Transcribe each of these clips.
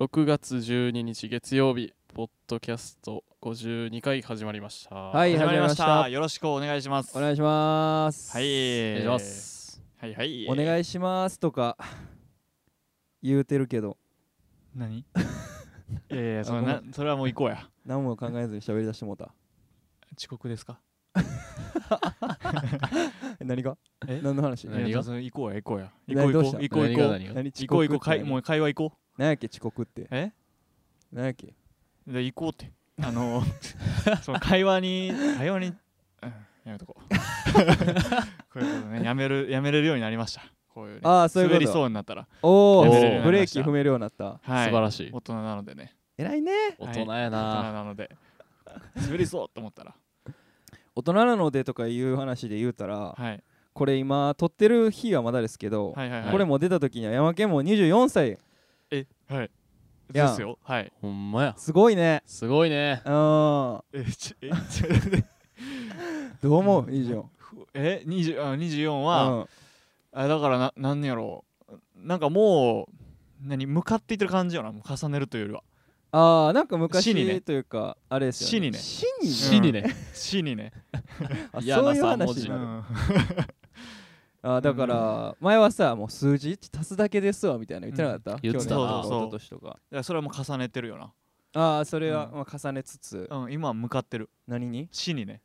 6月12日月曜日ポッドキャスト52回始まりましたはいお始まりましたよろしくお願いします。お願いします。はい。願いしま。すはいはい。お願いしますとか言うてるけど、何 いやいや、そあのごめんなそれはもう行こうや。何も考えずに喋り出してもうた。遅刻ですかえ 何がえ何の話何がいやその行こうや、行こうや。行こ何うどう行しこたう。行こう行こう。何が何行遅こ刻う行こうかい。もう会話行こう。何やっけ遅刻って。え何やっけで行こう って。あの、その会話に、会話に、うんやめとこう。 こういうことね、やめる、やめれるようになりました。こういうね。ああ、そういう滑こりと。そうになったら。おおやめれるようになりましたブレーキ踏めるようになった。はい。素晴らしい大人なのでね。偉いね。大はい人や大人ななので。滑りそうと思ったら。大人なのでとかいう話で言うたら、はい。これ今撮ってる日はまだですけど、はいはいはい。これも出た時には山県も24歳。えはいいやですよはいほんまやすごいね。すごいねうん。どえちえちょっ と待ってう思う以上。ふえ20あ24うは、ん。あだからななんやろうなんかもう何向かっていってる感じよなもう重ねるというよりはああ、なんか死にね昔というか、あれですよね。死にね死死ににね ね死にね、あ嫌なそういう三文話字にうなるん、あだから前はさもう数字1足すだけですわみたいな言ってなかった、言ってた去年となかそう一昨年とかいやそれはもう重ねてるよああそれは、うんまあ、重ねつつな、うん、今は向かってる何に死にね、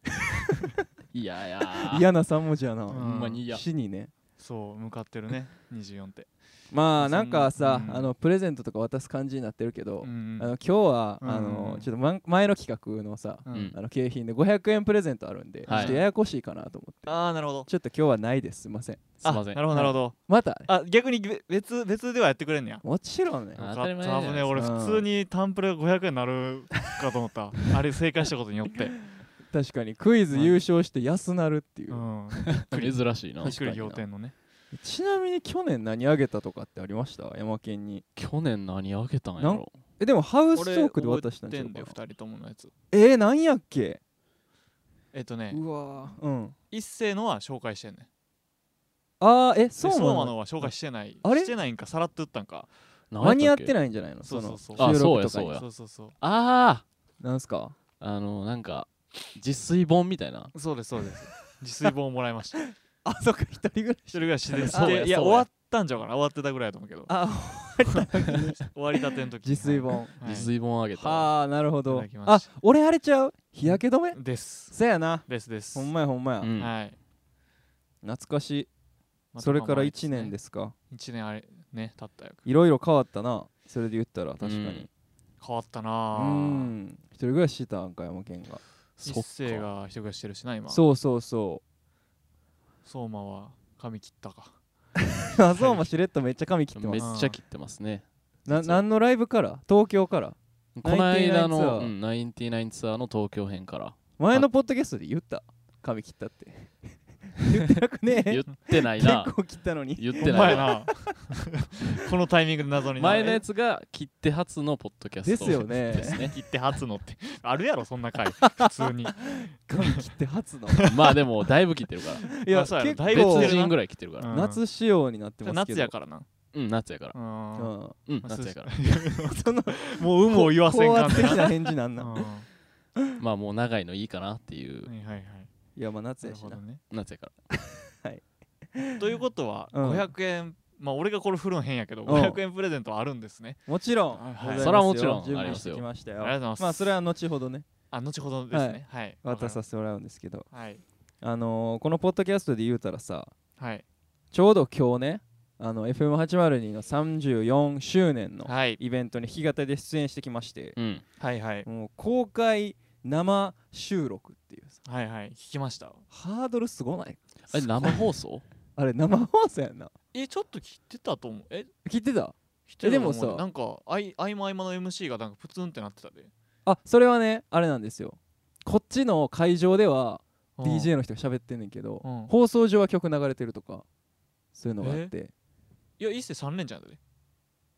いやいや嫌な3文字やな、ほんまに死嫌にねそう向かってるね24って、まそあんななんかさ、うんあのプレゼントとか渡す感じになってるけど、うんあの今日は、うんあのちょっとま前の企画のさ、うんうんあの景品で500円プレゼントあるんで、はいちょっとややこしいかなと思ってああなるほどちょっと今日はないですすいませんすいませあんなるほどなるほど、またねあ逆にべ別別ではやってくれんねやもちろんねあよ当かたっり前じゃない危ねえ俺うん普通にタンプレ500円になるかと思ったあれ正解したことによって確かにクイズ優勝して安なるっていう、うん珍しいなびっくり仰天のねちなみに去年何あげたとかってありました山県に去年何あげたんやろえでもハウストークで渡したんじゃうかな俺覚えてんだよ2人とものやつえー、なんやっけえっとねうわーうん一斉のは紹介してんねあーえそそううな相馬ののは紹介してないあれしてないんかさらっと言ったんか間に合っていないんじゃないのそうそうそうのあ収そうや録とかそうにやそうそうそうあなんすかああのなんか実炊本みたいなそうですそうです自炊本をもらいました 一あそっか一人暮らし人暮らしでそうやでいやそうや終わったんじゃうかな終わってたぐらいやと思うけど あ終わりたての時自炊本はい自炊本あげたはあなるほいどただきまあした俺あれちゃう日焼け止めですせやなですですほんまやほんまや、うんはい懐かしいまあそれから1年ですか1年あれね経ったよいろいろ変わったなそれで言ったら確かに変わったうなぁん一人暮らししてたんか山県がそ一っ世かが一人暮らししてるしな今そうそうそう 相馬は髪切ったかあそうもしれっとめっちゃ髪切ってまめっすちゃ切ってますねな何のライブから東京からこの間99ツアのーうん99ツアーの東京編から前のポッドキャストで言 った髪切ったって言ってなくね言ってない結な 構切ったのに言っおてな前いな このタイミングで謎にな前のやつが切って初のポッドキャストですよねですね切って初のってあるやろそん な回普通に髪切って初 のまあでもだいぶ切って るからいあそうやろだいぶ結構別人ぐらい切ってるからうん夏仕様になってますけど夏やからなうん夏やからううんんうんまあ夏やからそのもう有無を言わせん高かん圧で的なな返事なんうなんんはまあもう長いのいいかなっていういはいはいいやまあ夏なやるしほなどね夏やからということはうん500円まあ俺がこれ振るの変やけどん500円プレゼントあるんですねもちろんはいございますよそれはもちろん準ありま備しすてよきましたよありがとうございますまあそれは後ほどねあ後ほどですねはい渡わかりまさせてもらうんですけどすはいあのーこのポッドキャストで言うたらさはいちょうど今日ねあの FM802 の34周年のはいイベントに弾き語りで出演してきまして、うんはいはいもう公開生収録っていうさはいはい聞きましたハードルすごないあれ生放送あれ生放送やんなえちょっと聞いてたと思うえ聞いてた聞いてたと思うえでもさなんかあい合間合間の MC がなんかプツンってなってたであそれはねあれなんですよこっちの会場ではうん DJ の人が喋ってんねんけど、うん放送上は曲流れてるとかそういうのがあっていや一世3連チャンだで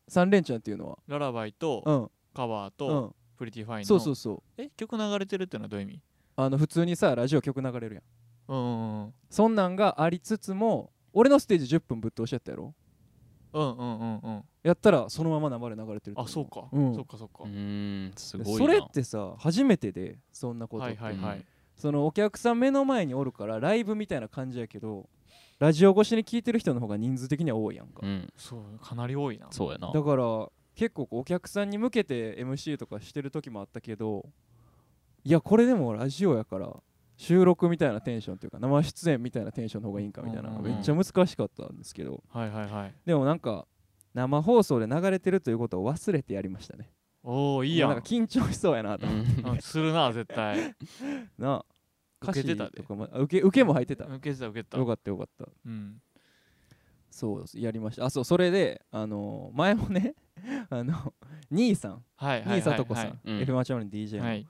三連チャンっていうのはララバイとうんカバーうとんプリティファインのそうそうそうえ曲流れてるってのはどういう意味あの普通にさラジオ曲流れるやんうんうんうんそんなんがありつつも俺のステージ10分ぶっ通しちゃったやろうんうんうんうんやったらそのまま流れ流れてると思あそうか、うんそうかそうか、うーんすごいなそれってさ初めてでそんなことっはて、いはいはい、そのお客さん目の前におるからライブみたいな感じやけどラジオ越しに聞いてる人の方が人数的には多いやんか、うんそうかなり多いなそうやなだから結構こうお客さんに向けて MC とかしてる時もあったけどいやこれでもラジオやから収録みたいなテンションというか生出演みたいなテンションの方がいいんかみたいなのがうんうんうんめっちゃ難しかったんですけどはいはいはいでもなんか生放送で流れてるということを忘れてやりましたねおおいいやんなんか緊張しそうやなとう思っ んうんするな絶対てな受けてたで歌詞とかもあ受け受けも入ってた受けてた受けてたよかったよかったうんそうやりましたあそうそれであの前もね あの兄さんはいはいはい、はい、兄さんとこさんうん F マチャムの DJ のはい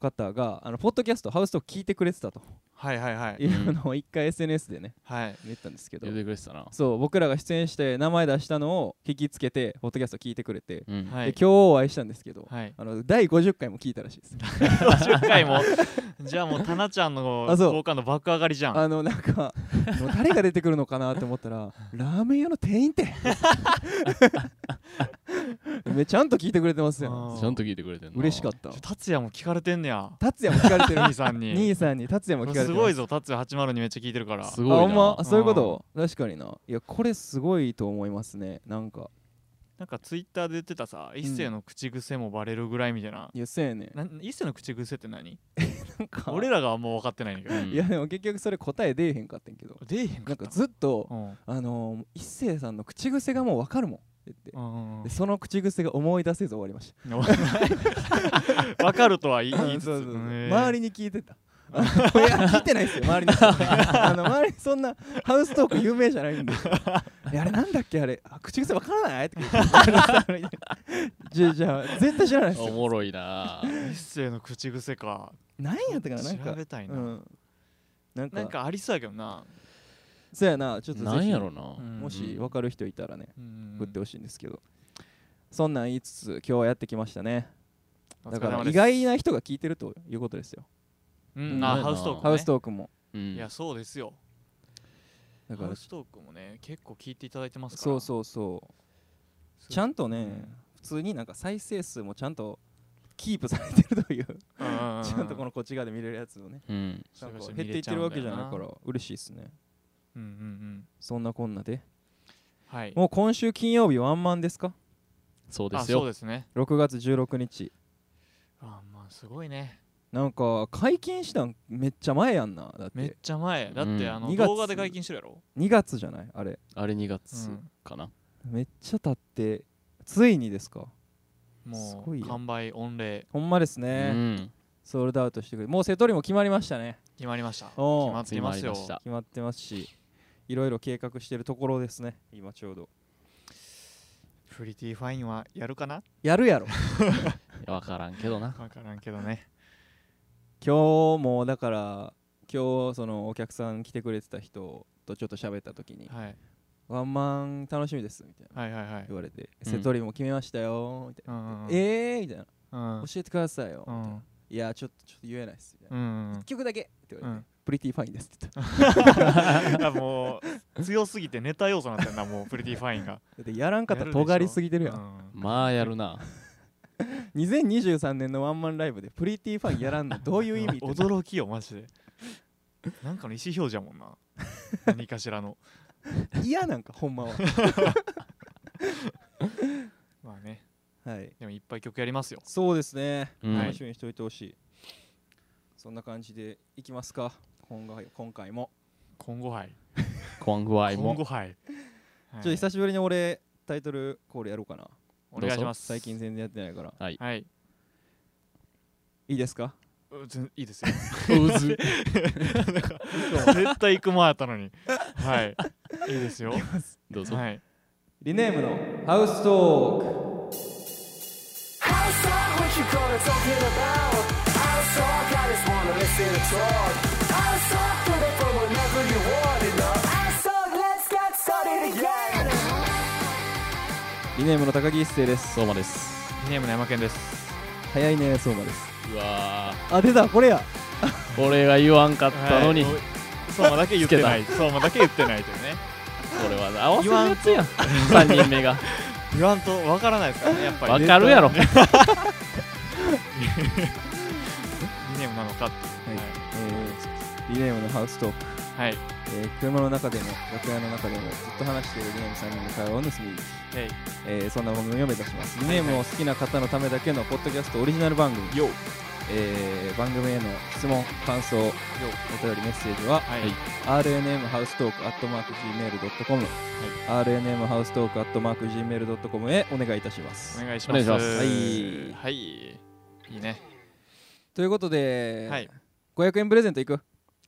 方があのポッドキャストハウストーク聞いてくれてたとはいはいはいいうのを一回 SNS でねはい言ったんですけど言ってくれてたなそう僕らが出演して名前出したのを聞きつけてポッドキャスト聞いてくれて、うんはでい今日お会いしたんですけど、はいあの第50回も聞いたらしいです50回も じゃあもうタナちゃんのあそう好感度爆上がりじゃんあのなんかもう誰が出てくるのかなって思ったらラーメン屋の店員ってめちゃんと聞いてくれてますようんちゃんと聞いてくれてんな嬉しかった達也も聞かれてんねや達也も聞かれ てる兄さんに兄さんに達也も聞かれてするごいぞ達也802めっちゃ聞いてるからすごあいなほんまあそういうこと確かにないやこれすごいと思いますねなんかなんかツイッターで言ってたさ一世の口癖もバレるぐらいみたいな,、いやそうやねなん、一世の口癖って何なんか俺らがもう分かってないんだけどうんいやでも結局それ答え出えへんかったんやけど出えへんかなっんたかずっとう、んあのー一星さんの口癖がもうわかるもんって言うんうんっうてでその口癖が思い出せず終わりましたん 分かるとは言い言いつつそうそうそうへえ周りに聞いてたあの いや聞いてないですよ周り の人あの周りそんなハウストーク有名じゃないんで いやあれなんだっけあれあ口癖わからないって 聞いてじゃあじゃあ絶対知らないですおよもろいな一世の口癖か何やったかななんか調べたいな、うん、なんかなんかありそうやけどな、そうやなちょっとぜなんひやろなうんもしわかる人いたらねうん送ってほしいんですけど、そんなん言いつつ今日はやってきましたねお疲れだ様からで意す外な人が聞いてるということですよ、うんあうんハウストーク、ね、ハウストークもういんやそうですよだかハらウストークもね結構聞いていただいてますからそうそうそううちゃんとね、うん普通になんか再生数もちゃんとキープされてるといううんうんうんちゃんとこのこっち側で見れるやつをねうんちゃんとそれが減っていってるわけじゃないか見れちら嬉しいですねうんうんうんそんなこんなではいもう今週金曜日ワンマンですかそうであすそうよですね6月16日あまあすごいねなんか解禁したんめっちゃ前やんなだっめってちゃ前だっうてんあの2月動画で解禁してるやろ2月じゃないあれあれ2月うんかなめっちゃ経ってついにですかすもごいうよ完売御礼ほんまですうね、んソールドアウトしてくれもう瀬戸りも決まりましたね決まりました決おうまってますよ決まりました決まってますしいろいろ計画してるところですね今ちょうどプリティファインはやるかなやるやろいやわからんけどな分からんけどね今日もだから今日そのお客さん来てくれてた人とちょっと喋った時にはい「ワンマン楽しみです」みたいなはいはいはい言われて「うん瀬戸りも決めましたよ」みたいうんなうんう「んえー」みたいなうん「教えてくださいよ」みうたいんな「いやちょっとちょっと言えないっす」みたいなうんうん「1曲だけ」って言われてうん「プリティファインです」って言った あもう強すぎてネタ要素になってんなもうプリティファインがだってやらんかったやらるでしょ尖りすぎてるやんうんまあやるな2023年のワンマンライブでプリティファインやらんのどういう意味ってな驚きよマジでなんかの意思表示やも んな何かしらの嫌なんかほんま はまあねはいでもいっぱい曲やりますよそうですね、うん楽しみにしておいてほしいそんな感じでいきますか今回今回も、今後杯今後は今も後杯ちょっと久ししぶりに俺タイトルコールやろうかなお願いします最近全然やってないからはいいいですかうずいいですようず絶対行く前やったのにはいいいですよ どうぞはいリネームのハウストーク How's that what you gonna talking about? How's that I just wanna listen to talk? How's that put up for whenever you want it up? How's that let's get started again? リネームの高木一生です相馬です2年目の山健です早いね相馬ですうわあ出たこれやー俺が言わんかったのにはいこおそうまだけ言ってないそうまだけ言ってないというねれはわ合わせるやつやん3人 目が言わんとわからないですからねやっぱりわかるやろ理念なのかっていうえー、リネームのハウストーク、はい、はいえー車の中でも楽屋の中でもずっと話しているリネーム3人の会話を盗み聞き、えいえーそんな番組を目指しますリネームを好きな方のためだけのポッドキャストオリジナル番組、ようえー番組への質問感想お便りメッセージははい、 RNM ハウストークアットマーク Gmail.com、RNM ハウストークアットマーク Gmail.com へお願いいたしますお願いしおま願いすしますはいはいいいねということで、はい500円プレゼントいく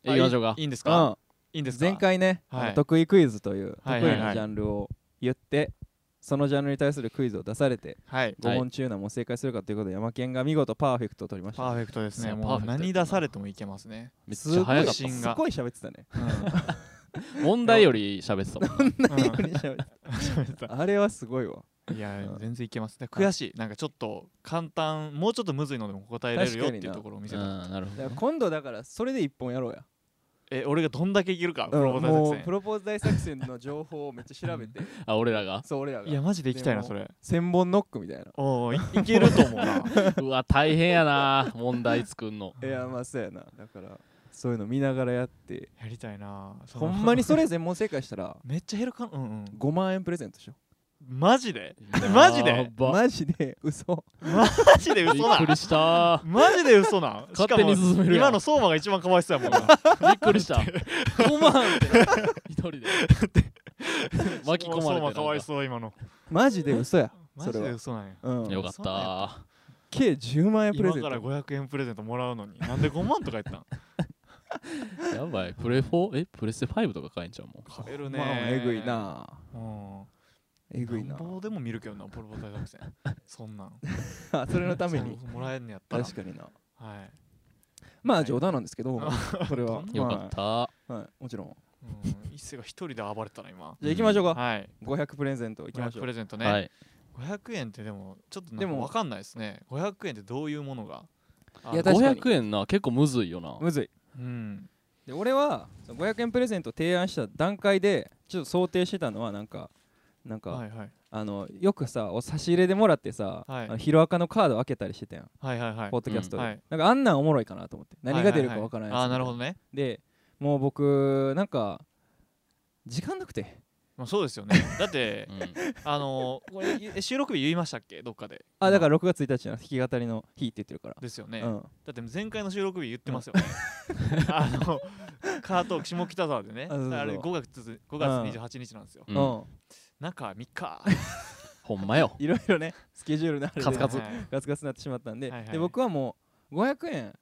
行きましょうかあいいいいんですかうんいいんですか前回ね、はいあの得意クイズという得はい意はいはいなジャンルを言って、そのジャンルに対するクイズを出されてはいはい5問中何問正解するかということで、山県が見事パーフェクトを取りましたパーフェクトですねそうもパーうフェクト何出されてもいけますねめっちゃ早かっすすごいごいすごい喋ってたねた問題より喋ってたもん う喋ってたあれはすごいわんいやうん全然いけますね悔しいなんかちょっと簡単もうちょっとむずいのでも答えれるよっていうところを 見せたうんなるほだどからね今度だからそれで一本やろうやえ俺がどんだけいけるかプロポーもズう作プロポーズ大作戦の情報をめっちゃ調べてあ俺らがそう俺ら戦いやがマジでいきたいなでもそれ千本ノックみたいなおおい いけると思うなうわ大変やな問題作んのいやまあそうやなだからそういうの見ながらや ってやりたいなそほのんまにそれ全問正解したらめっちゃ減るかうんうん5万円プレゼントしよマジで マジやでうばマジで嘘マジでび嘘っくなりしたマジで嘘 なんし勝か手もに進めるやん今の相馬が一番かわいそうやもんなびっくりした5万ってな一 人で巻き込まれて相な馬んかわいそう今のマジで嘘やマジそれでは嘘なんやうんよかった計10万円プレ今ゼンからト500円プレゼントもらうのになんで5万とか言ったんやばいプレ4えプレステ5とか買えんちゃうもん買えるねまあえぐいなうんえぐいななんぼでも見るけどなポルポ大 作戦そんなんあ それのために そんなもらえんのやったら確かになはいまあ冗談なんですけどそれ はそんなよかったたはいもちろんうん一世が一人で暴れてたな今じゃあ行きましょうかはい500プレゼントいきまし500ょプうレゼントね、はい500円ってでもちょっとでなんかも分かんないですね500円ってどういうものがいやあの確かに500円な結構むずいよなむずいうんで俺はその500円プレゼントを提案した段階でちょっと想定してたのはなんかなんか、はいはいあのよくさお差し入れでもらってさ、はいあのヒロアカのカード開けたりしてたやん、はいはいはいポッドキャストで、うんはいなんかあんなんおもろいかなと思って何が出るかはいはいはいわからないあーなるほどねでもう僕なんか時間なくてまあそうですよね だってうんあのーこれえ収録日言いましたっけどっかであだからら6月1日の弾き語りの日って言ってるから、ですよね、うんだって前回の収録日言ってますよね あのカートーク下北沢でねあそうそうあれ5月5月28日なんですよううんん、中3日ほんまよいろいろねスケジュールのあれでカツカツはいガツガツになってしまったんで,、はいはいで僕はもう500円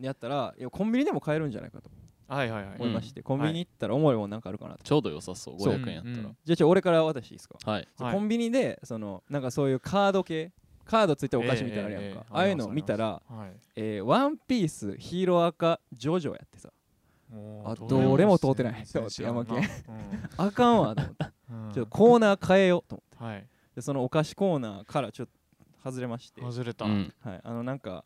やったらいやコンビニでも買えるんじゃないかとはいはいはう思いんいまして、コンビニ行ったら重いもんなんかあるかなと、ちょうど良さそうそう500円やったうらんじゃあちょ俺から私いいですかはいそうはいコンビニでそのなんかそういうカード系カードついてるお菓子みたいなのあるやんか、ええええええああいうのを見たらはい「えーワンピースヒーローアカジョジョ」やってさもあうどれも通ってない全然知らんな山県あかんわと思ってうんうんちょっとコーナー変えようと思ってはいでそのお菓子コーナーからちょっと外れまして、は外れたう。んい、あのなんか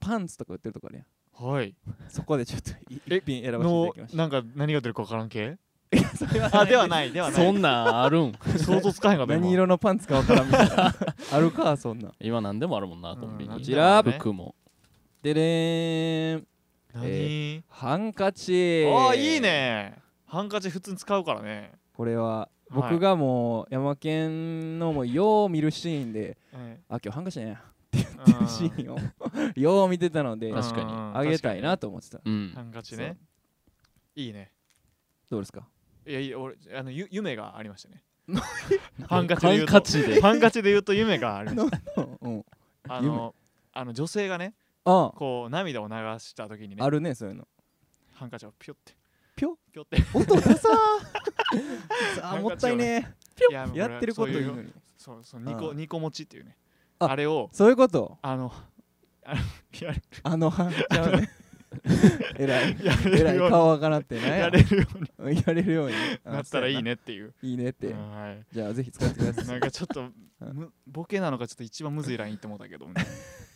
パンツとか売ってるとかねはい。そこでちょっといえ一品選ばせていただのきましたなんか何が出るかわからん系？ それはあではないではなそい。んなんあるん想像つかへんかった。今何色のパンツかわからんみたいなある かそんなん今何でもあるもんなコンビうんニこちら服もでれーん何？ハンカチあーいいね。ハンカチ普通に使うからね。これははい僕がもう山県のもうよう見るシーンで うん「あ今日ハンカチね」確かシーンを よう見てたのでうん確かにあげたいなと思ってたうんハンカチね。いいね。どうです かいやいや俺あのゆ夢がありま したね。ハンカチでハ言ンうとカチでハンカチで言うと夢がありましうんた。あのあの女性がねあこう涙を流した時にねあるねそういうのハンカチをピョってぴょピョって音 ダサーさハあンカチをねもったいねいもうこれやってることそういいううのにそうそう2個うん二個持ちっていうねああれをそういうことあのあのやれあ のハンカチはねえらいやえれらるいように顔わからんってねやれるよう にやれるようにあなったらいいねっていう。そうやないいねっうてんはいじゃあぜひ使って くださないんかち ょっとむボケなのかちょっと一番むずいラインって思ったけ どね。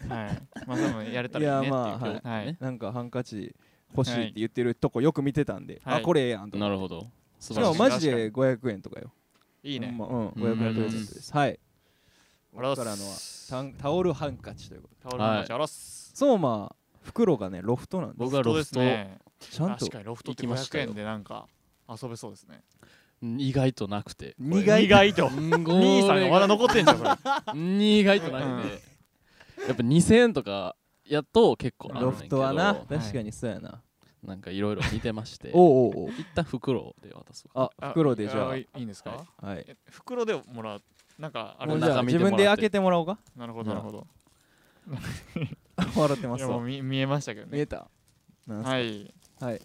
はい。まあでもやれたらいいねいやまってあいう。はい。なんかハンカチ欲しいって言ってるとこよく見てたんではいあこれええやんと思ってなるほど素し晴からもしいマジで500円とかよ。いいほんねまうん、500円プレゼントです。はい。あら僕からのはすタンタオルハンカチということで。タオルの話あらっすそうまあ袋がねロフトなんで僕はロフトそうですねす。ちゃんと確かにロフトって行きました500よ円でなんか遊べそうですねうん意外となくて苦い。苦いと兄兄さんがまだ残ってんじゃんそれ意外となくてやっぱ2000円とかやっと結構あんねロんけフどトはなど確かにそうやな。なんかいろいろ見てまして おうおうおう。一旦袋で渡すああ袋でじゃあいいいんですかあはい。え袋でもらうなんかあもれうじゃあ中見自てもらって分で開けてもらおうか。 なるほどなるほど笑ってまいすやもうわ。見見えましたけど見えねた。なんすかはいはい。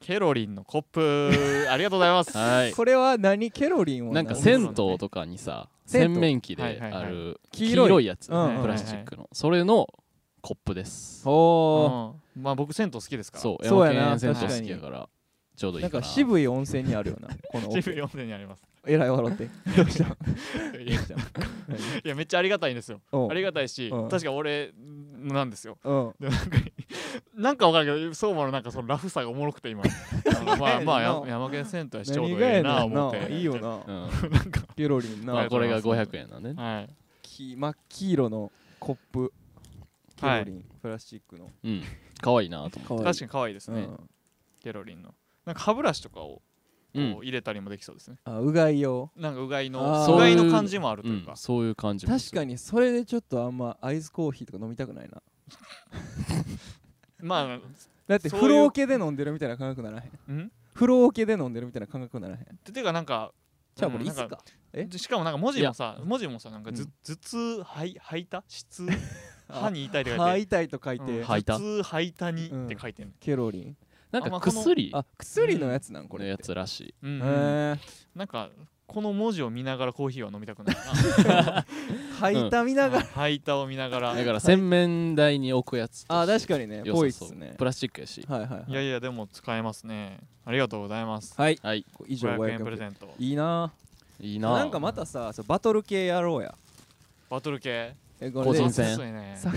ケロリンのコップ ありがとうございますはいこれは何ケロリンをなんか何銭湯とかにさ銭洗湯面器ではいはいはいある黄黄色い色いやつプうんうんラスチックのそれのコップですほうんまあ僕銭湯好きですからそうそうやエなマケン銭湯確か好にきやからちょうどう。いないんかかな渋い温泉にあるよ な。このチーム4点にありますえらい笑 って。どうしたいやいやめっちゃありがたいんですよおうありがたいしうん確か俺なんですようん。でもなんかなんかわからんけど相馬のなんかそのラフさがおもろくて 今あのまあまあや山県銭湯やしちょうど何がええやなねん思っな。ていいよ な。うんケロリンな。まあこれがありが500円だねはいき真っ黄色のコップケはロいリン、プラスチックのうん可愛いなと思ってかわい確かに可愛いですうねんケロリンのなんか歯ブラシとかをこうんう入れたりもできそうですねあうがい用なんかうがいあのーうがいの感じもあるといううかんそういう感じも確かにそれでちょっとあんまアイスコーヒーとか飲みたくないなまだってそういう風呂桶で飲んでるみたいな感覚ならへんあん風呂桶で飲んでるみたいな感覚ならへんてていうかなんかじゃあうんこれいつなんかえでしかもなんか文字もさ文字もさなんかうずん頭痛はい吐いた 質歯に痛いって書いて歯痛いと書いうんてはいた頭痛吐いたにうんって書いてんケロリンなんあまかあこの薬あ薬のやつなんこのれやってつらしいのうんへえなんかこの文字を見ながらコーヒーは飲みたくない吐いた見ながなら吐いたを見ながらだから洗面台に置くやつあ確かかにねぽいっすねプラスチックやしはいはいいはいやいやでも使えますねありがとうございますはいはい以上500円プレ500ゼ円ントいいないいななんかまたさそうバトル系やろうやバトル系えこ個れ人 戦熱いねさ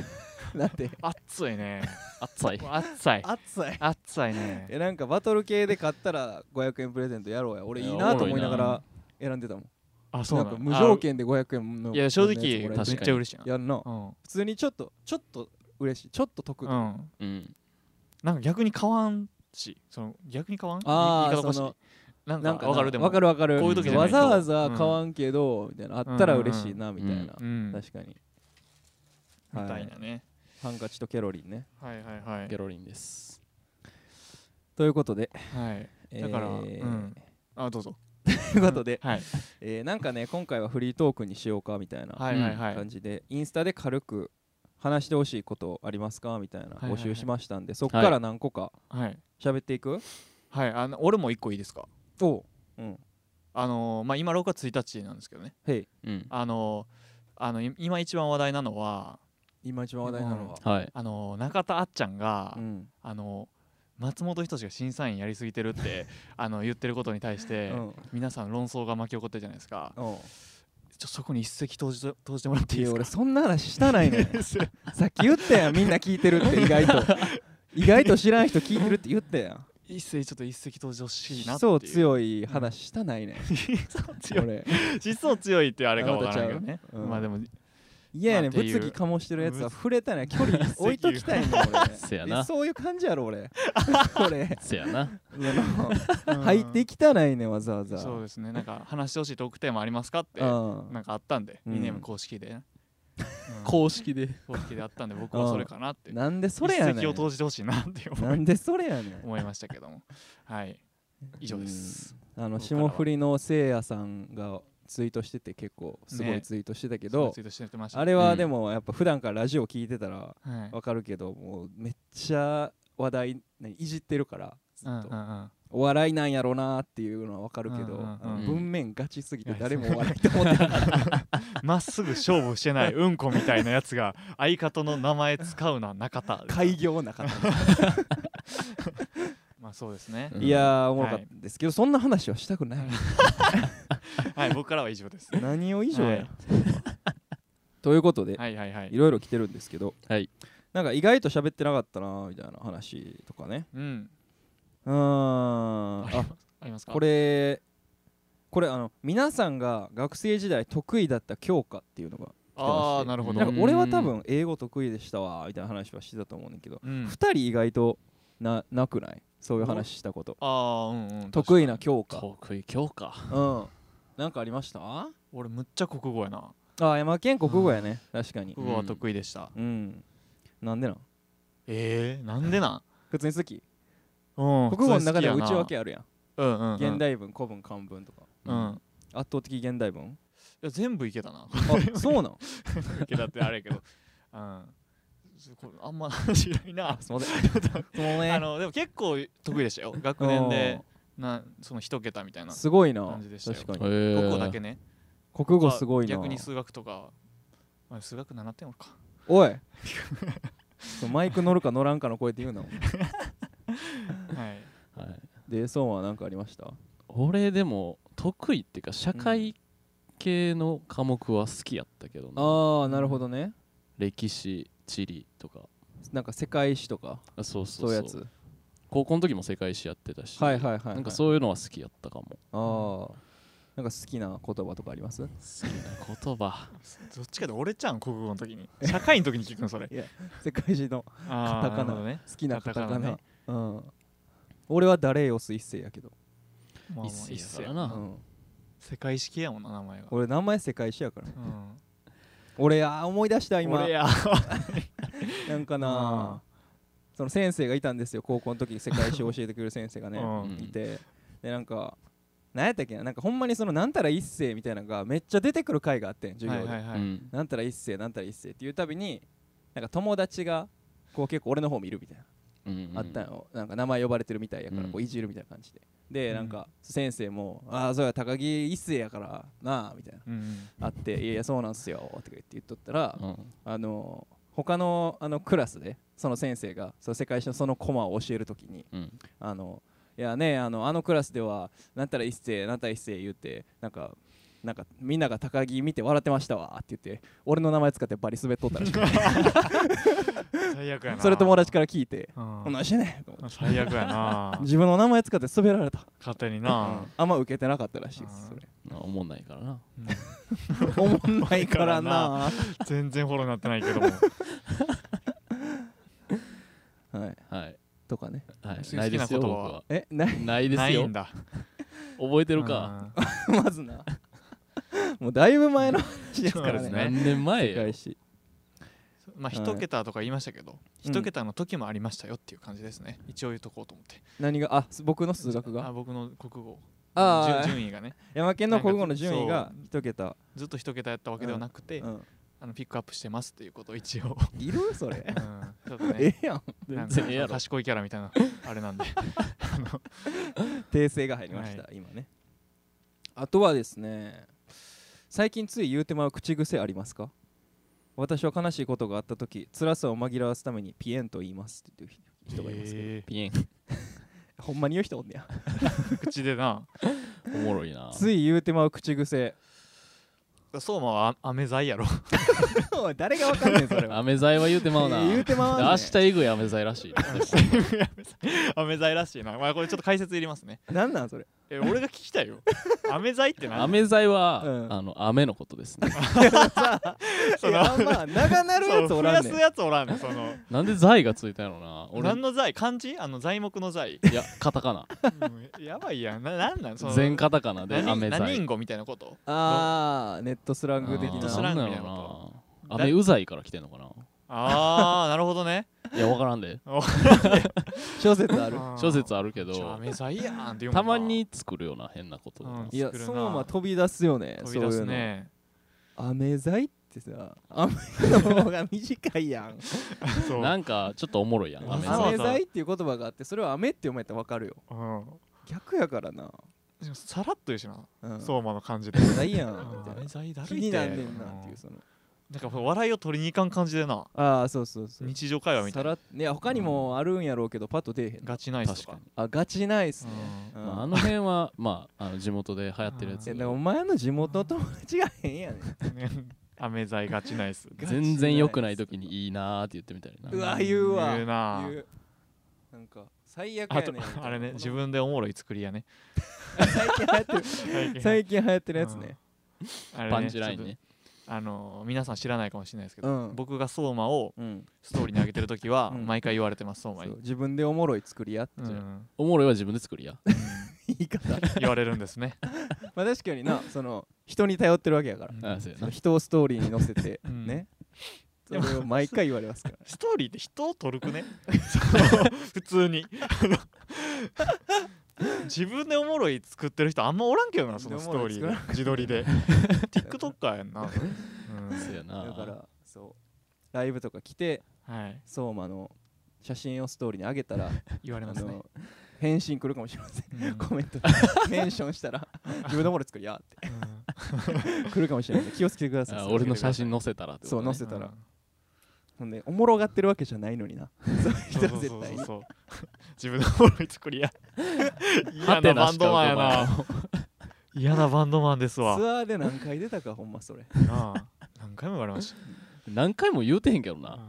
だって熱いね熱い熱い熱い熱いねえなんかバトル系で買ったら500円プレゼントやろうや俺いいなと思いながら選んでたもんあそうななんんか無条件で500円のあいや正や直つもめらえって確かちゃ嬉しいなやんなうん普通にちょっとちょっと嬉しいちょっと得、うんうんなんか逆に買わんしその逆に買わんあー言い方おかしいそのなんなかんかわかるでもわかるわかるこういう時じゃなわいとざわざ買わんけど、みたいなあったら嬉しいなうんみうたんいな、うんみ確かに、はいたいなねハンカチとケロリンねはいはいはいゲロリンですということで、はいえだから、ーうんあどうぞということで、はいえーなんかね今回はフリートークにしようかみたいなはいはいはい、感じで、インスタで軽く話してほしいことありますかみたいないはいは募い集しましたんで、そっから何個かはい喋っていく、はいあの俺も一個いいですかおううんあのーまあ今6月1日なんですけどねへいうんあのーあのい今一番話題なのは今一番話題なのははいあのー中田あっちゃんが、うんあのー松本人志が審査員やりすぎてるって あの言ってることに対して、うん皆さん論争が巻き起こってるじゃないですかおうちょそこに一石投じて投じてもらっていいいやです俺かそんな話したない ねんさっき言ったやんみんな聞いてるって意外と意外と知らん人聞いてるって言ったやん一石ちょっと一石投じてほしいな思ってい想う強い話したないねん強い俺思想強いってあれかわからないけどねあなたちゃううんまあでもいややねんまあっていう物議かもしてるやつは触れたない距離置いときたいねん せや俺なえそういう感じやろ俺俺せやなあの 入ってきたないねんわざわざそううですねなんか話してほしいトークテーマありますかってんなんかあったんで、うんミネム公式でね、うん公式で公式であったんで僕はそれかなってなんでそれやね一石をん投じてほしいなって思いなんでそれやねん思いましたけど もはい以上です、あの僕から霜は降りのせいやさんがツイートしてて結構すごねいツイートしてたけけど、ツイートしてましたあねうれはんでもやっぱ普段からラジオ聞いてたらはいわかるけど、もうめっちゃ話題何いじってるからずっうと、んうんうんお笑いなんやろうなっていうのはわかるけど、うんうんうんあのうん文面ガチすぎていや誰もお笑いと 思ってなかったまっすぐ勝負してないうんこみたいなやつが相方の名前使うのは中田開業なかった、まあそうですね、うんいやーおもろかったですけど、そんな話はしたくないはい僕からは以上です何を以上や、はいということで、はいはいはいいろいろ来てるんですけどはいなんか意外と喋ってなかったなーみたいな話とかねうんうーんあありますかこれこれあの皆さんが学生時代得意だった教科っていうのがああなるほどなんか俺は多分英語得意でしたわみたいな話はしてたと思うんだけどうん2人意外とななくないそういう話したことああうんうん得意な教科得意教科うんなんかありましたあ俺むっちゃ国語やなー山県国語やね確かに国語は得意でしたうんなんでなんええなんでなん普通に好きうん国語の中でも内普通に好き訳あるやんやなうんうんうん現代文古文漢文とかうんい圧倒的現代 文や全部いけたなあそう なんいけたってあれやけどうんそこあんま知らんなすいませんその あねのでも結構得意でしたよ学年でなその一桁みたいなすごいな感じでしたよ確かに国国語だけね国語すごいな逆に数学とかあ数学7点か おいそうマイク乗るか乗らんかの声って言うなはいはいでそうは何かありました俺でも得意っていうか社会系の科目は好きやったけどな、ああなるほどね歴史地理とかなんか世界史とかあそうそそうういうそやうつ高校の時も世界史やってたし、はいはいはいはいなんかそういうのは好きやったかもああなんか好きな言葉とかあります 好きな言葉どっちかで俺ちゃん国語の時に社会の時に聞くのそれ世界史のあカータカなるナほどね好きなカタカカタナカナねうん俺は誰よす一世やけど、まあまあ一世一やか世らうな、ん、世界史系やもんな名前が俺名前世界史やからうん俺あー思い出した今俺やなんかなその先生がいたんですよ高校の時世界史を教えてくれる先生 がね、うんいてでなんか何やったっけななんかほんまにそのなんたら一世みたいなのがめっちゃ出てくる回があってん授業で、はいはいはういんなんたら一世なんたら一世っていうたびになんか友達がこう結構俺の方見るみたいな、うんあったんよなんか名前呼ばれてるみたいやからうんこういじるみたいな感じで、でうんなんか先生も「ああそうや高木一世やからなあ」みたいなうんあって「いやいやそうなんすよ」とか言って言っとったら、うんあの他のあのクラスでその先生がその世界史のそのコマを教えるときにうんあのいやねあのあのクラスではなんたら一世なんたら一世言ってなんかなんかみんなが高木見て笑ってましたわって言って俺の名前使ってバリ滑っとった らしくて最悪やなそれ友達から聞いてう「んこんなんしてね」と思って最 悪やな自分の名前使って滑られた勝手になあんま受けてなかったらしいですそれまあおもんないからなうんおもんないからな全然フォローになってない けどもはいはいとかねはい好きないですよ好僕きな言葉はえないないですないよんだ覚えてるかうんまずなもうだいぶ前の話ですからそねうですね何年前世よ界史まあはい一桁とか言いましたけどうん一桁の時もありましたよっていう感じですね一応言っとこうと思って何があす僕の数学があ僕の国語あー順順位がね山県の国語の順位がなん一桁、ずっと一桁やったわけではなくてうん、あのピックアップしてますっていうことを 一応いるそれうんちょっとねええやんなん全か然ええやろ賢いキャラみたいなあれなんで訂正が入りました、は今ねあとはですね最近つい言うてまう口癖ありますか私は悲しいことがあった時辛さを紛らわすためにピエンと言いますっていう 人がいますけど、えピエンほんまに言う人おんねやー口でなおもろいなつい言うてまう口癖そうまはあ飴剤 やろおい誰がわかんねんそれ はアメ剤は言うてまうな言うでてまうねん明日えぐいアメ剤らしい飴剤らしいなまあこれちょっと解説いりますねなんなんそれえ俺が聞きた いよ飴剤って何アメ剤うはんあの雨のことですねいそのやまあ長なるやつそうお増らやんねすんやつおらんねんそのなんで剤がついたのな俺何の剤漢字あの材木 の材いやカタカナうんやばいやんななんなんその全カタカナで何アメ何人剤語みたいなことあーネットスラング的ネットなスラングみたいなことアメうざいから来てんのかなああなるほ どねいやわからんで小説ある諸説ああるけるちょど飴剤やんって言うもたんなまに作るような変なことだな、うんいや作るそなのまま飛び出すよね飛び出そすういうねの飴細ってさ飴の方が短いやんそうなんかちょっとおもろいやんあアメそう飴細っていう言葉があってそれは飴って読めたらわかるようん逆やからな、でもさらっと言うしなうん、相馬の感じでうないやんみたい飴な剤だるい気になんねんなっていううそのなんか笑いを取りに行かん感じでなああそうそうそう日常会話みたさいならいや他にもあるんやろうけどパッと出えへんガチナイス確とかかに、あガチないっすね、うまあ、うあんの辺はまああの地元で流行ってるやいやつでもお前の地元の友達が変やねんん飴剤ガチナイス ガチ全然良くない時にいいなーって言ってみたいなうわ言うわ言うないうなんか最悪あやとねんあれね自分でおもろい作り やね最近流行ってる最近流行ってるやつね、あれねパンチラインちょっねとあのー皆さん知らないかもしれないですけど、うん僕が相馬をうんストーリーに上げてる時 はうん毎回言われてます相馬そにう、自分でおもろい作りやって、うんおもろいは自分で作りや言い方言われるんですね、まあ確かになその人に頼ってるわけやから、う んあそうやそなの人をストーリーに載せ て、うんねそでれもを毎回言われますからストーリーって人を取るくね そう普通に あの自分でおもろい作ってる人あんまおらんけどなそのストーリーおもろいで作自撮 りで TikToker やんな、うんそうやなだからそうライブとか来てはい、相馬の写真をストーリーに上げたら言われあますねの返信来るかもしれません、 うんコメントメンションしたら自分のもの作りやってうん来るかもしれないんで気をつけてくださいあ俺の写真載せたらってこと、ね、そう載せたらほんでおもろがってるわけじゃないのになそういう人そうはそうそ絶うそ対うにそう自分のおもろい作りや 嫌ハテナなバしンかド浮マかンやばんな嫌なバンドマンですツアわなーで何回出たかほんまそれあ 何回も言われまし何回も言うてへんけどたなうん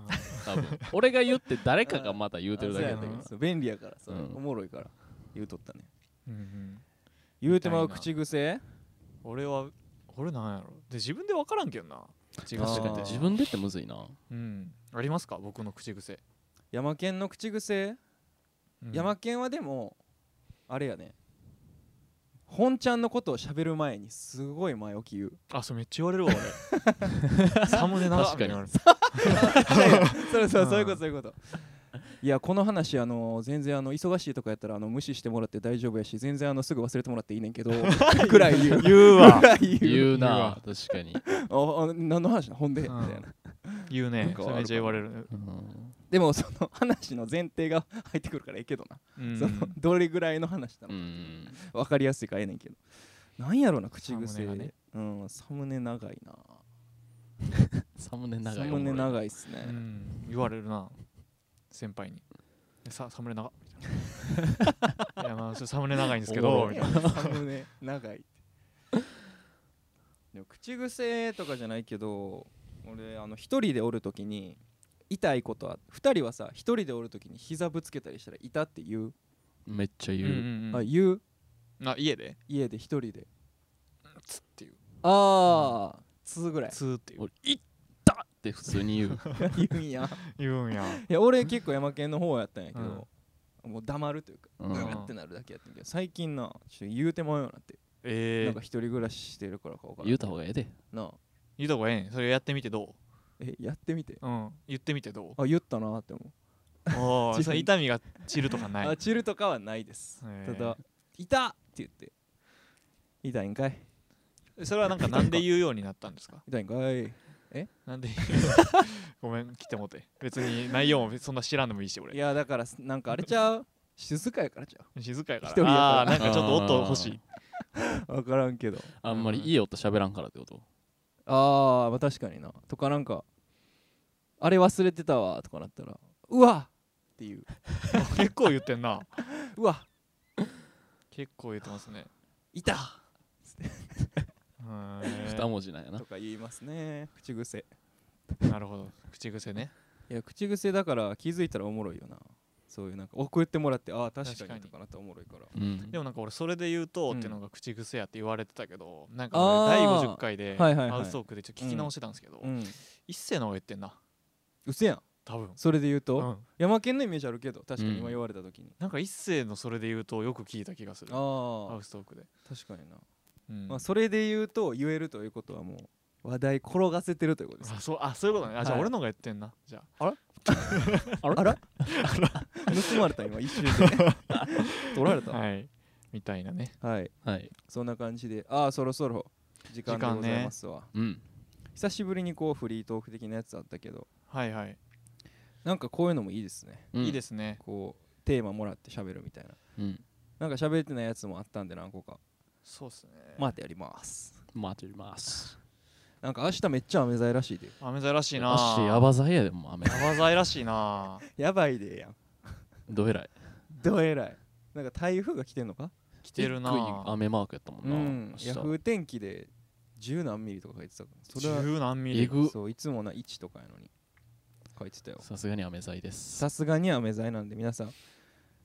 多 分俺が言って誰かがまた言うてるだけやったけあそうやどなそう便利やからさ、うんおもろいから言うとったねうんうん言うてまう口癖俺は俺なんやろで自分で分からんけどな違確かにう自分でってむずいなうんありますか僕の口癖、山県の口癖、うん山県はでもあれやね本ちゃんのことを喋る前にすごい前置 き言うあそうめっちゃ言われるわ 俺サムネ長確かにみたいなそうそうそううんそういうことそういうこといやこの話あの全然あの忙しいとかやったらあの無視してもらって大丈夫やし全然あのすぐ忘れてもらっていいねんけ どぐらい言う言うわぐらい言う言う言うなわ確かに、ああ何の話なほんで、うんみたいな言うなんねかそれめっちゃ言われるうんでもその話の前提が入ってくるからええけどな、うんそのどれぐらいの話なうのかん 分かりやすいからええねんけどなんやろな口サム癖ネがねうんサムネ長いなサムネ長いサムネい長いっすうねん言われるな先輩に「さサムネ長っ」みたいな いやまあそれサムネ長いんですけおもどろいみたい なサムネ長いってでも口癖とかじゃないけど俺あの一人でおるときに痛いことは二人はさ一人でおるときに膝ぶつけたりしたら痛って言う、めっちゃ言うう、んうんうんあ言うあ家で家で一人でつっていうああ、つぐらいつーっていう俺「いった!」って普通に言 う言うんや言うんやいや俺結構山県の方やったんやけど、もう黙るというか、ううんん、ってなるだけやったんやけど最近なちょっと言うてまうようになって、なえんかー、一人暮らししてるからかわからん言うた方がええでなあ言うた方がええんそれやってみてどえやってみてううん言ってみ てどうあ言ったなって思う、あ自分あ痛みが散るとかないあチルとかはないですへたえだ「いた!」って言って「痛いんかいそれはなんかなんで言うようになったんですか痛いんかいなんで ごめん来てもうて別に内容も別にそんな知らんでもいいし」い俺やだからすなんかあれちゃう静かやからちゃ静かやか一ら人やからああーなんかちょっと音欲しい、う分からんけどあんまりいい音喋らんからってことあー、まあ確かになとかなんか「あれ忘れてたわ」とかなったら「うわ!」っていう結構言ってんな「うわ結構言ってますねいた!」へ二文字なんやなとか言いますね口癖ーなるほど口癖ねいや口癖だから気づいたらおもろいよなそういうなんか送ってもらってああ確確かかににとかなったらおもろいからうんでもなんか俺それで言うとうんってのが口癖やって言われてたけど、なんかあー俺第50回ではいはいはいハウストークでちょっと聞き直してたんですけど、うん一世の方が言ってんなうせやん多分、それで言うと、うん、山県のイメージあるけど確かうんに今言われた時に、なんか一世のそれで言うとよく聞いた気がするハああウストークで、確かにな、うんまあそれで言うと言えるということはもう話題転がせてるということですあそうあそういうことねあじゃあはい俺のが言ってんな、じゃああら盗まれた今一瞬で 取られたはい、はいみたいなねはいそんな感じでああそろそろ時間でございますわ、うん、久しぶりにこうフリートーク的なやつあったけどはいはい、なんかこういうのもいいですねいいですすねこうテーマもらって喋るみたいなうん、なんか喋ってないやつもあったんで何個かそうっすねまたやります待っておりますなんか明日めっちゃ雨ざいらしいで雨ざらしいなアッシーヤバザイやでもう雨雨ざいらしいな やばいでやんどえらいどえらいなんか台風が来てんのか来てるな低い雨マークやったもうんんなヤフー天気で10何ミリとか書いてたからそれは十何ミえリぐそういつもな1とかやのに書いてたよさすがに雨剤ですさすがに雨ざいなんで皆さん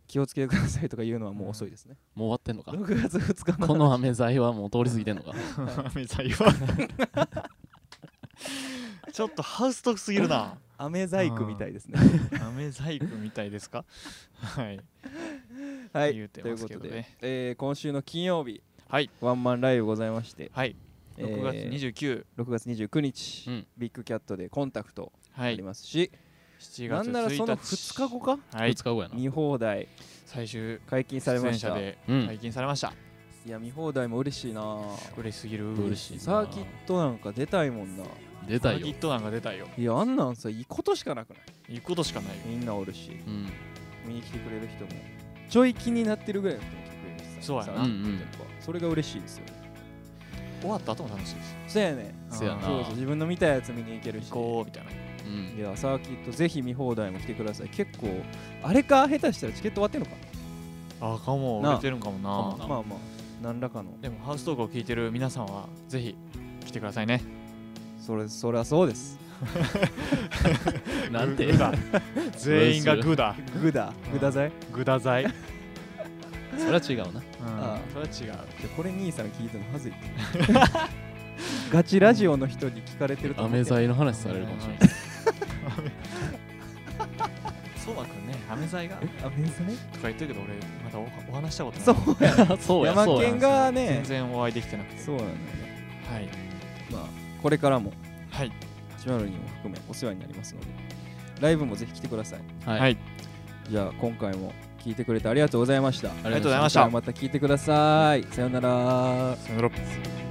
気をつけてくださいとか言うのはもう遅いですね。もう終わってんのか6月2日のこの飴剤はもう通り過ぎてんのか飴細は ちょっとハウストークすぎるな飴細工みたいですね。飴細工みたいで すかはいはい、言うてといまうすこけとどで、ねえー今週の金曜日、はいワンマンライブございまして、はいえー6月29、 6月29日、うんビッグキャットでコンタクトはあいりますし、 7月な1日んならその2日後か、はい2日後やな見放題最終解禁さ出れま演し者た。でうん解禁されましたいや、見放題も嬉しいなぁ嬉しすぎる嬉しいなサーキットなんか出たいもんな。出たサーいキよッ、トなんか出たいよいや、あんなんさ、いいことしかなくない行くことしかないよみんなおるし、うん、見に来てくれる人も、ちょい気になってるぐらいの人も来てくれるしさ、そうやなサーキットってやっぱそれが嬉しいですよ。終わった後も楽しいですそうやね。せやなそうそう、自分の見たやつ見に行ける行し。こうみたいなうんい、やサーキットぜひ見放題も来てください結構あれか下手したらチケット終わってんのかあかもなあ売れてるんかもかもななまあまあ何らかのでもハウストークを聞いてる皆さんはぜひ来てくださいねそれそりゃそうですなんてグダ全員がグダグダグダ剤グ ダ剤うんそれは違うなああそれは違うこれ兄さん聞いてもはずいって ガチラジオの人に聞かれてると思飴って剤の話されるかもしれないないそうまくんねア メザイがとかあ飴剤言ってるけど俺まだおお話したことなそいうやそうや山そう県やが全ね然お会いできてなくてそうなんだよねはいまあこれからもはい千葉ロにも含めお世話になりますのでライブもぜひ来てくださいはいいじゃあ今回も聞いてくれてありがとうございましたありがとうございました次回もまた聞いてくださいさようならさよな「ら